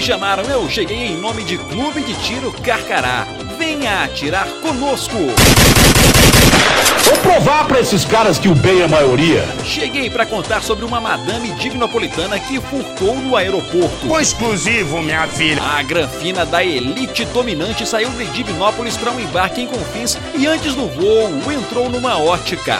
chamaram, eu cheguei em nome de Clube de Tiro Carcará. Venha atirar conosco! Vou provar pra esses caras que o bem é a maioria. Cheguei pra contar sobre uma madame dignopolitana que furtou no aeroporto. Com exclusivo, minha filha. A granfina da elite dominante saiu de Divinópolis para um embarque em Confins e antes do voo entrou numa ótica.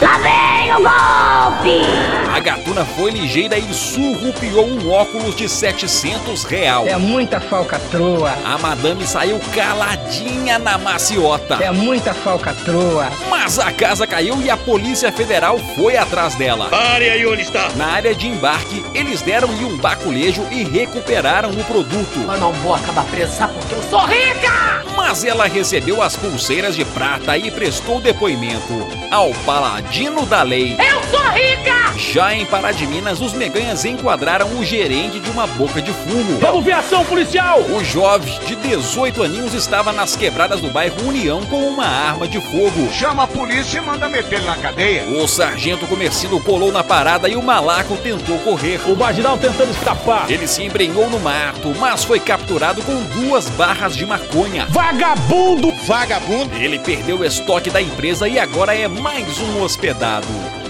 A gatuna foi ligeira e surrupiou um óculos de 700 real. É muita falcatrua, A madame saiu caladinha na maciota. é muita falcatrua. Mas a casa caiu e a Polícia Federal foi atrás dela. Pare aí onde está. Na área de embarque, eles deram-lhe um baculejo e recuperaram o produto. Eu não vou acabar preso, sabe porque eu sou rica! Mas ela recebeu as pulseiras de prata e prestou depoimento ao paladino da lei. Eu sou rica! Já em Pará de Minas, os meganhas enquadraram o gerente de uma boca de fumo. Vamos ver ação policial! O jovem de 18 aninhos estava nas quebradas do bairro União com uma arma de fogo. Chama a polícia e manda meter ele na cadeia. O sargento comercindo colou na parada e o malaco tentou correr. O marginal tentando escapar. Ele se embrenhou no mato, mas foi capturado com duas barras de maconha. Vagabundo! Vagabundo. Ele perdeu o estoque da empresa e agora é mais um hospedado.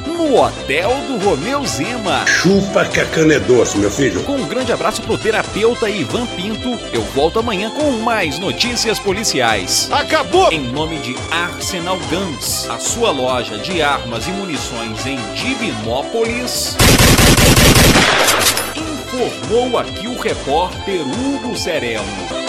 No Hotel do Romeu Zema. Chupa que a cana é doce, meu filho. Com um grande abraço pro terapeuta Ivan Pinto, eu volto amanhã com mais notícias policiais. Acabou. Em nome de Arsenal Guns, a sua loja de armas e munições em Divinópolis. Informou aqui o repórter Hugo Sereno.